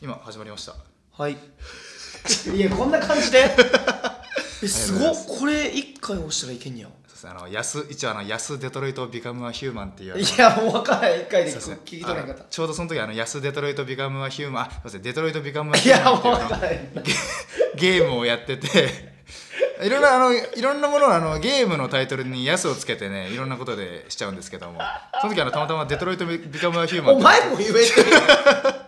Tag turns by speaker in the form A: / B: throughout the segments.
A: 今始まりました
B: はいいやこんな感じで えす
A: ありがとうござい
B: ご
A: ま
B: っ
A: す
B: これ一回押したらいけんねや
A: そうですねあの安一応あの安デトロイト・ビカム・ア・ヒューマンっていうあの
B: いやもう分からない一回で
A: そうです
B: 聞
A: ね
B: き取れんかっ
A: あのちょうどその時あの安デトロイト・ビカム・ア・ヒューマンあすいませんデトロイト・ビカム・ア・
B: たい
A: ヒュー
B: や
A: マン
B: も
A: っていうあの
B: う分からない
A: ゲームをやってて いろんなあのいろんなものをあのゲームのタイトルに「やす」をつけてねいろんなことでしちゃうんですけどもその時あのたまたま「デトロイト・ビカム・ア・ヒューマン
B: お
A: って」
B: 前も言え て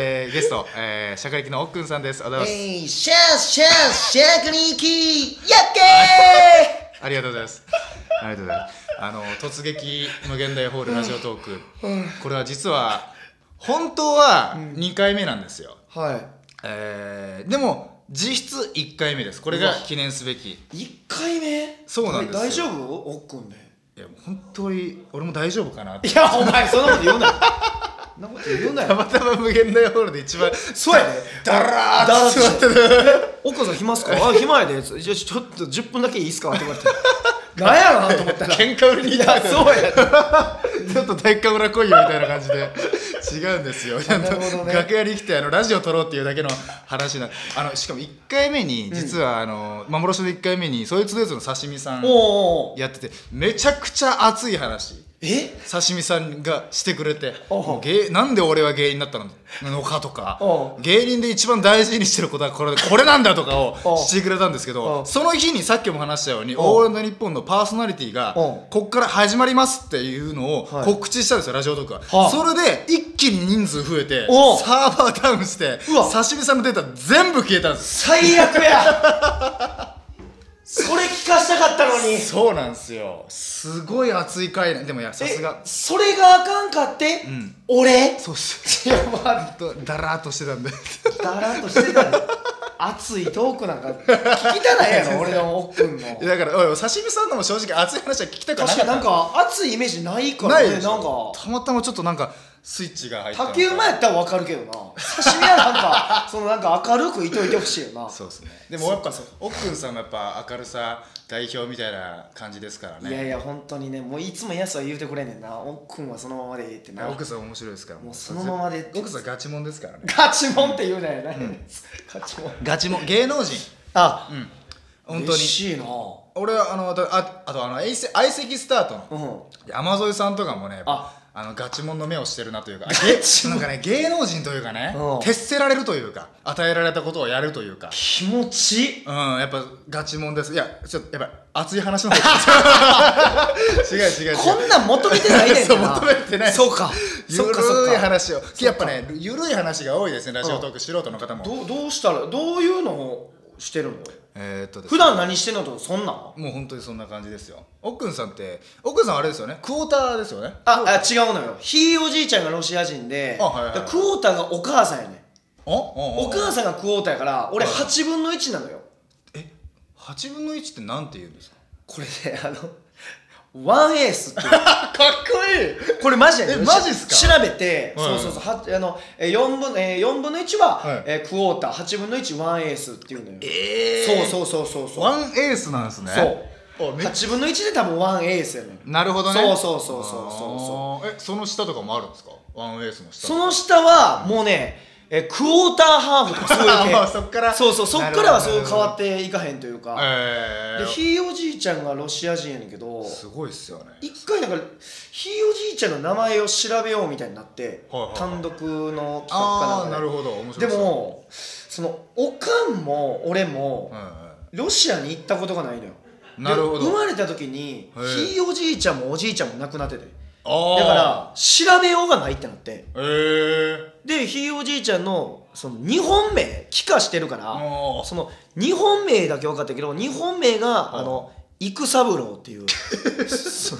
A: えーゲスト、えー、社会的のおっくんさんですありがとうございま
B: えいシャーシャーシャークニキーやっけ
A: すありがとうございますありがとうございますあの突撃無限大ホールラジオトークこれは実は本当は2回目なんですよ、
B: ーは
A: えーでも実質1回目ですこれが記念すべきい
B: い1回目
A: そうなんですよ
B: 大丈夫おっくんで
A: やもう本当に俺も大丈夫かなって
B: いやお前そんなこと言うなよそんなこと言うな
A: た
B: よ
A: またま無限大ホールで一番
B: そうやで
A: ダラ
B: だ
A: ー
B: ら
A: っ
B: ー
A: て
B: っ
A: 座ってる
B: おっくんさん暇っすかあ暇やでじゃあちょっと10分だけいいっすかって言わ れてなんやろなと思ったら
A: 喧嘩売りに
B: い
A: 行った
B: や
A: け
B: そう
A: ど
B: やで
A: ちょっと体育館裏来いよみたいな感じで違うんですよちゃんと
B: なるほどね
A: 楽屋に来てあのラジオ撮ろうっていうだけの話なあのしかも1回目に実はあの幻の1回目にそいつどいつの刺身さん
B: おうおうおう
A: やっててめちゃくちゃ熱い話
B: え
A: 刺身さんがしてくれて
B: おう
A: もう芸なんで俺は芸人になったののかとか
B: おう
A: 芸人で一番大事にしてることはこれ これなんだとか
B: お
A: を
B: う
A: してくれたんですけ
B: お
A: ど
B: う
A: その日にさっきも話したように「
B: おう
A: オールナイトニッポン」のパーソナリティが
B: お
A: こっから始まりますっていうのを
B: はい
A: 告知したんですよラジオトークは
B: はあ
A: それで一気に人数増えて
B: おう
A: サーバーダウンして
B: うわ
A: 刺身さんのデータ全部消えたんです
B: 最悪やそれ聞かしたかったのに
A: そうなんですよすごい熱い回ねでもいやさすが
B: えそれがあかんかって、
A: ん
B: 俺
A: そうっす
B: いやまあ
A: とだらーっとしてたんで
B: だらっとしてたよ熱いトークなんか聞きたない やろ俺のおっくん
A: い
B: の
A: やだからおいお刺身さんのも正直熱い話は聞きたくなかっ
B: 確か
A: た
B: になんか熱いイメージないから
A: な
B: ね
A: いでし
B: なん
A: ょ
B: か
A: たまたまちょっとなんかスイッチが入ったの
B: 竹
A: か
B: 馬やったらわかるけど な刺身はなんかそのなんか明るくいといてほしいよな
A: そうですねでもやっぱ奥君さんもやっぱ明るさ代表みたいな感じですからね
B: いやいや本当にねもういつもやすは言うてくれんねんなおっくんはそのままでいいってな
A: 奥さん面白いですから
B: もうそのままで
A: 奥さんガチモンですからね
B: ガチモンって言うなよな、ガチモン
A: ガチモン芸能人
B: あ
A: うん本当に
B: 嬉しいな
A: 俺はあのあとああとあの相席相席スタートの
B: うん
A: 山添さんとかもねやっぱ
B: あ
A: あのガチモンの目をしてるなというかあ
B: ガチモ
A: なんかね芸能人というかね
B: うん
A: 徹せられるというか与えられたことをやるというか
B: 気持ちいい
A: うん、やっぱガチもんです。いや、ちょっとやっぱ熱い話 の方が違う違う違う。
B: こんなん求めてないね ん
A: そ
B: な
A: う求めてない
B: そうか
A: ゆ
B: そっかそっ
A: るい
B: か
A: 話を。やっぱね、ゆるい話が多いですね、ラジオトーク素人の方も。
B: どうどうしたらどういうのをしてるの
A: えーっとです
B: 普段何してんのとかそんなん
A: もう本当にそんな感じですよ。奥君さんって、奥さんあれですよね、クォーターですよね。
B: ああ違うのよひいおじいちゃんがロシア人で
A: あはいはいはい
B: でクォーターがお母さんやねん
A: おお
B: お母
A: ん。
B: さんがクォーターやから俺
A: はいはい
B: 8分の1なのよ
A: え、8分の1ってなんて言うん ですか
B: これねあのワンエースっていう
A: かっこいい
B: これマジやね
A: えマジっすか
B: 調べて、
A: はいはい
B: そうそうそうはあのえー4分,、えー、4分の1は、
A: はい
B: えークォーター8分の1ワンエースっていうのよ、
A: え
B: そうそうそうそうそう
A: ワンエースなんですね。
B: そう
A: あめっ
B: 8分の1で多分ワンエースやねん
A: なるほどね
B: そうそうそうそうそうそ
A: そうえその下とかもあるんですかワンウェイスの
B: う
A: 下
B: その下はもうねえクォーターハーフとかそうい う
A: あー
B: 系
A: そっから
B: そうそうそっからはそう変わってていかへんというか、
A: え
B: で
A: ー、
B: ひいおじいちゃんがロシア人やねんけど
A: すごいっすよね
B: 一回だからひいおじいちゃんの名前を調べようみたいになって、
A: はいはいはい
B: 単独の企画
A: あ
B: か
A: あ
B: な
A: なんる
B: か
A: ほど面白
B: で
A: い
B: で
A: っすね、
B: もそのおかんも俺も、
A: うんうん
B: ロシアに行ったことがないのよ
A: なるほど
B: で生まれた時に
A: へえ
B: ひいおじいちゃんもおじいちゃんも亡くなってて
A: あー
B: だから調べようがないってなって
A: えー、
B: でひいおじいちゃんのその日本名帰化してるから
A: あ
B: その日本名だけ分かったけど日本名が
A: あ
B: あの育三郎っ ていうそい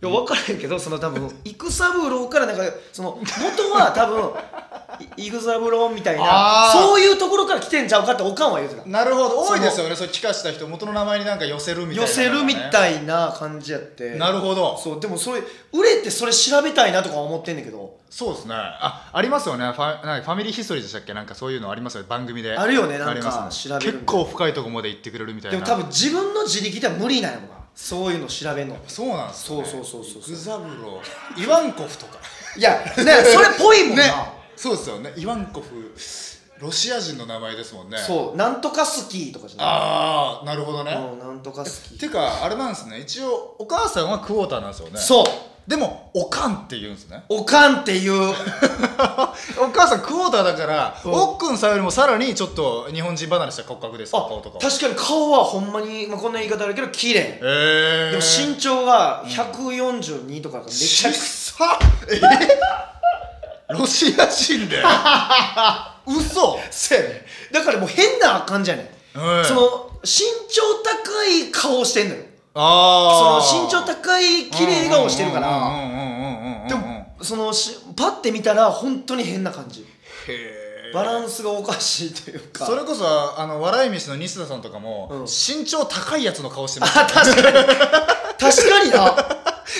B: や分からへんけどその多分育三郎からなんかその元は 多分い育三郎みたい
A: あ
B: な
A: ー
B: そういうところから来てんちゃうかっておかんは言うてた
A: ーなるほど
B: そ
A: 多
B: の
A: いですよねそれ帰化した人元の名前になんか寄せるみたいな、
B: 寄せるみ
A: い
B: たいな感じやって
A: なるほどそ
B: そうでもそれ売れてそれ調べたいなとか思ってんねんけど
A: うですねあありますよねファなんかファミリーヒストリーでしたっけなんかそういうのありますよね番組で
B: あるよねなんか
A: ありますね
B: 調べる
A: 結構深いとこまで行ってくれるみたい
B: で
A: な
B: も多分自分の自力では無理なんやろなそういうの調べんの
A: そうなんですね
B: そうそうそうそう
A: グザブロイワンコフとか
B: いやねそれっぽいもんな、
A: ねそうですよねイワンコフロシア人の名前ですもんねう
B: そうなんとかスキーとかじゃ
A: ああなるほどね
B: ないうんなんとかスキ
A: て
B: ー
A: かあれなんですね一応お母さんはクォーターなんですよね
B: そう
A: でもおかんって言うんですね
B: おかんっていう
A: お母さんクォーターだから
B: うん
A: おっくんさんよりもさらにちょっと日本人離れした骨格ですか顔
B: あ
A: とかは
B: 確かに顔はほんまに、まあ、こんな言い方あるけど綺麗
A: え
B: でも身長が142とかがめちゃくち
A: さえロシア人で嘘
B: ゃそうやねだからもう変なあかんじゃない、
A: うん
B: その身長高い顔してんのよ
A: ああ
B: その身長高い綺麗笑顔してるから
A: ら
B: でもそのしパッて見たら本当に変な感じ
A: へ
B: バラ
A: ン
B: ンスがおかしいというか
A: それこそあの笑い飯の西田さんとかも、
B: うん
A: 身長高いやつの顔して
B: あ
A: ますよね
B: 確かに確かにな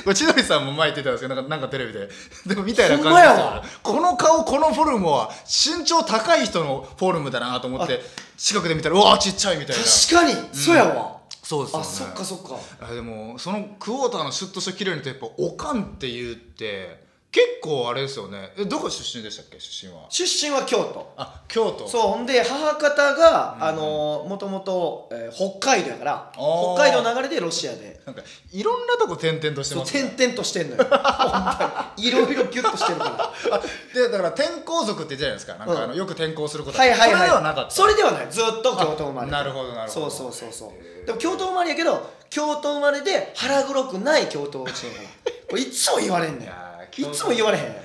A: これ千鳥さんも前言ってたんですけどなんかなんかテレビで でもみたいな
B: ほんまや
A: 感
B: わ
A: じですよこの顔このフォルムは身長高い人のフォルムだなと思って近くで見たらうわーちっちゃいみたいな
B: 確かに、そうやわ
A: そうですよ
B: あ
A: ね
B: そっかそっか
A: あでもそのクォーターのシュッとした綺麗にとやっぱおかんって言うって結構あれですよねえどこ出身でしたっけ出身は
B: 出身は京都
A: あ京都
B: そうほんで母方が、あのもともと、えー北海道やから
A: あー
B: 北海道の流れでロシアで
A: なんかいろんなとこ転々として
B: そう
A: ますね
B: 転々とし てんのよほんとにいろいろギュッとしてるから
A: あでだから転校族って言ってたじゃないですかなんかあの、よく転校すること
B: はいはいは
A: それ で
B: い
A: はなかった
B: それではないずっと京都生まれ
A: なるほどなるほど
B: そうそうそうそ
A: へー
B: うでも京都生まれやけど京都生まれで腹黒くない京都落ちてるからこれいつも言われんねん
A: い
B: い
A: やー京都
B: つも言われへん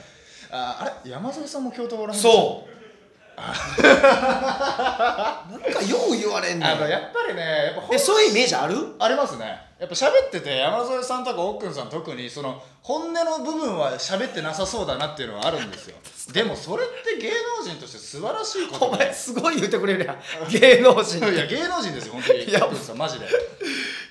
A: ああれ山添さんも京都おらへん
B: そうなんかよう言われんね
A: あの
B: ん
A: やっぱりねやっぱほん
B: えそういうイメージある
A: ありますねやっぱ喋ってて山添さんとか奥君さん特にその本音の部分は喋ってなさそうだなっていうのはあるんです よでもそれって芸能人として素晴らしいこと
B: お前すごい言ってくれるやん芸能人
A: いや芸能人ですよ本当に
B: いや
A: 奥君さんマジで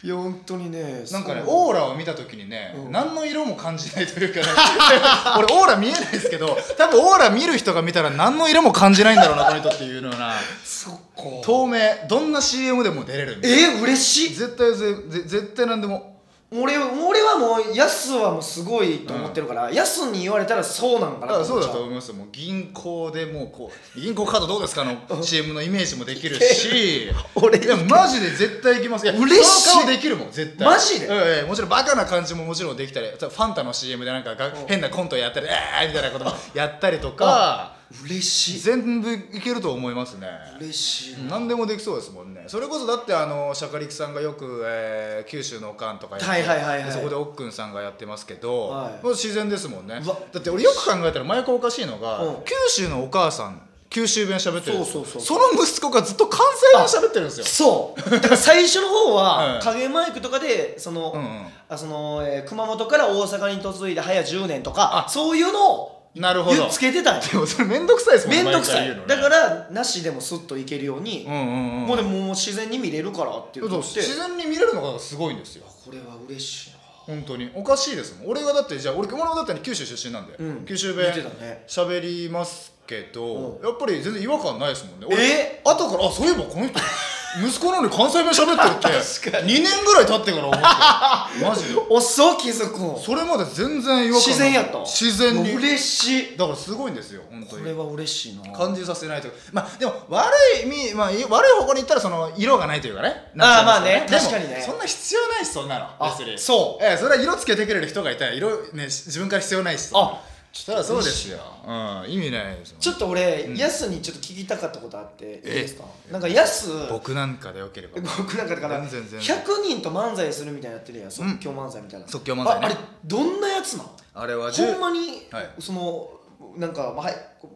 B: いや本当にね
A: なんかね
B: そう
A: オーラを見た時にね、
B: うん
A: 何の色も感じないというか、ね、 俺オーラ見えないですけど多分オーラ見る人が見たら何の色も感じないんだろうなこの人っていうのはな
B: そっか
A: 透明どんな CM でも出れるみたいな
B: え嬉しい
A: 絶対ぜぜ絶対何でも
B: 俺俺はもうヤスはもうすごいと思ってるから、ヤスに言われたらそうなん
A: だ
B: かな
A: からそうだ
B: 思っちゃ
A: と思いますよもう銀行でもうこう銀行カードどうですかの CM のイメージもできるし
B: 俺
A: いやマジで絶対行きますいや
B: 嬉しい
A: その顔できるもん絶対
B: マジで
A: うんうんもちろんバカな感じももちろんできたりファンタの CM でなんかが変なコントやったりえーみたいなこともやったりとか
B: 嬉しい
A: 全部いけると思いますね
B: 嬉しいな
A: 何でもできそうですもんねそれこそだってあのシャカリキさんがよく、えー九州のおかんとかやって、
B: はいはいはいはい
A: そこでおっくんさんがやってますけど、
B: はい
A: もう自然ですもんね
B: うわ
A: だって俺よく考えたら前からおかしいのが、
B: うん
A: 九州のお母さん九州弁喋ってるんですよ
B: そうそうそう
A: の息子がずっと関西弁喋ってるんですよ
B: そうだから最初の方
A: うん
B: は影マイクとかでその,、
A: うんうん
B: あそのえー熊本から大阪に嫁いで早10年とか
A: あ
B: そういうのを
A: なるほど
B: 言っつけてたんよ
A: で もそれ面倒くさいですもん
B: 面倒くさ
A: 毎回
B: い、
A: 言うのね
B: だからなしでもスッといけるように、
A: うんうんうん
B: もうでももう自然に見れるからっていう
A: そう
B: ことで
A: 自然に見れるのがすごいんですよ
B: これは嬉しいな
A: 本当におかしいですもん俺がだってじゃあ俺俺もだって九州出身なんで、
B: うん
A: 九州
B: 言
A: 弁
B: ってたね
A: 喋りますけど、
B: う
A: やっぱり全然違和感ないですもんね
B: え
A: 俺後からあそういえばこ の人息子なのに関西弁喋ってるって2年ぐらい経ってから思ってマジで
B: おそう気づくん
A: それまで全然違和感ない
B: 自然やった
A: 自然
B: もう
A: に
B: 嬉しい
A: だからすごいんですよ本当
B: こ
A: に
B: れは嬉しいな
A: 感じさせないというかまあでも悪い意味、まあ、い悪い方向に行ったらその色がないというかね
B: あーまあ
A: な
B: ね
A: っちゃいすよ
B: 確かにね
A: でもそんな必要ないしそんなの
B: あ
A: 別に
B: そ
A: ええそれは色つけてくれる人がいたら色、ね、し自分から必要ないし
B: あ
A: そりゃそうですよ、うん、意味ないですもん
B: ちょっと俺、
A: うん
B: ヤスにちょっと聞きたかったことあっていいですか
A: え
B: なんかヤス
A: 僕なんかでよければ
B: 僕なんかだから
A: 全然全
B: 100
A: 然
B: 人と漫才するみたいなやってるやん
A: ん
B: 即興漫才みたいな、
A: 即興漫才ね
B: ああれどんなやつなの
A: あれはじゅ
B: ほんまに、
A: はい
B: そのなんか、まあはい、こ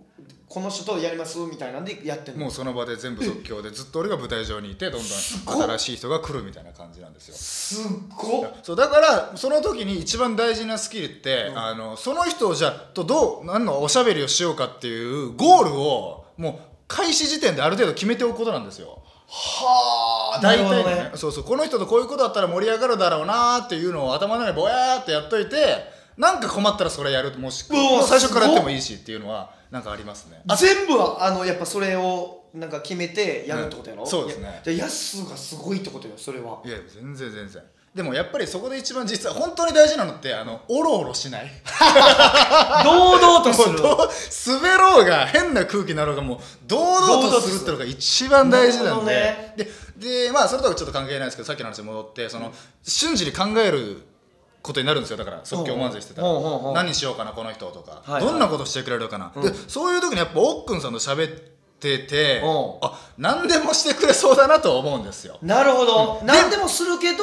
B: この人とやりますみたいなんでやってんの
A: もうその場で全部即興でずっと俺が舞台上にいてどんどん
B: ごい
A: 新しい人が来るみたいな感じなんですよ
B: すっごっ
A: そうだからその時に一番大事なスキルって、
B: うん
A: あのその人をじゃあとどう何のおしゃべりをしようかっていうゴールをもう開始時点である程度決めておくことなんですよ
B: はあ
A: 大
B: な
A: 体
B: るほど
A: ね
B: ね
A: そうそうこの人とこういうことだったら盛り上がるだろうなーっていうのを頭の中にぼやーってやっといてなんか困ったらそれやるもしく
B: うわ
A: は最初からやって
B: す
A: も
B: ご
A: いいしっていうのはなんかありますね
B: 全部はあのやっぱそれをなんか決めてやるってことやろ、
A: うんそうですね
B: いやじゃあヤスがすごいってことよそれはい
A: や全然全然でもやっぱりそこで一番実は本当に大事なのってあのオロオロしない
B: 堂々とする
A: もうどう滑ろうが変な空気になろうがもう堂々とするってのが一番大事なんで、
B: なるほ
A: ででまあそれとはちょっと関係ないですけどさっきの話に戻ってその瞬時に考えることになるんですよだから即興漫才してたら
B: ほうほうほう
A: 何しようかなこの人とか、
B: はいはい
A: どんなことしてくれるかな、
B: う
A: で
B: ん
A: そういう時にやっぱおっくんさんと喋ってて
B: うん
A: あ何でもしてくれそうだなとは思うんですよ、
B: なるほど何でもするけど、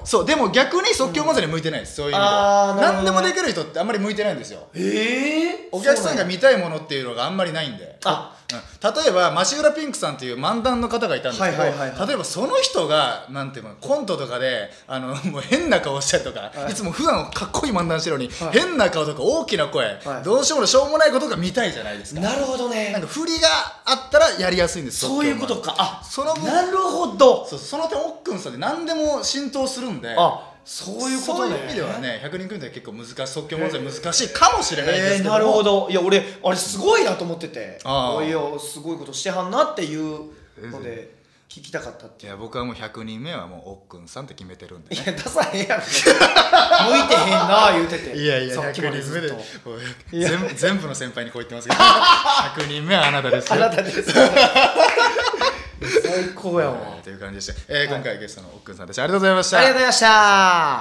A: うん、そうでも逆に即興漫才に向いてないです、そういう意味で
B: あ
A: は
B: ーなる
A: 何
B: ほ
A: で
B: どね
A: もできる人ってあんまり向いてないんですよ
B: ええ
A: お客さんが
B: 見
A: 見たいものっていうのがあんまりないんで
B: あ
A: うん例えば町浦ピンクさんっていう漫談の方がいたんですけど、
B: はいはいはいはい
A: 例えばその人がなんていうのコントとかであのもう変な顔したりとか、
B: はい
A: い、つも普段かっこいい漫談してるのに、
B: はい
A: 変な顔とか大きな声、
B: はい
A: どうしようもないしょうもないことが見たいじゃないですか
B: なるほど
A: なん
B: ね
A: か振りがあったらやりやすいんです
B: そういうことかあ
A: その分
B: なるほど
A: そうその点おっくんさんで何でも浸透するんで
B: あそういうこ
A: そう
B: とね
A: いう意味ではね100人組では結構難しい即興漫才難しいかもしれないです
B: え
A: け
B: ー、
A: ども、
B: なるほどいや俺あれすごいなと思ってて
A: あー
B: いやすごいことしてはんなっていうので聞きたかったって
A: い
B: いう
A: や僕はもう100人目はもうおっくんさんって決めてるんで
B: い
A: ね
B: や出さへんやろ向いてへんな言うてて
A: いや いや
B: さっきまで
A: 100人
B: ず
A: 目で
B: っと
A: もう
B: いや
A: 全部全部の先輩にこう言ってますけど 100人目はあなたです
B: あ
A: よ
B: なたです最高やわ
A: という感じでした、えー今回ゲストのおっくんさんでしたありがとうございました
B: ありがとうございました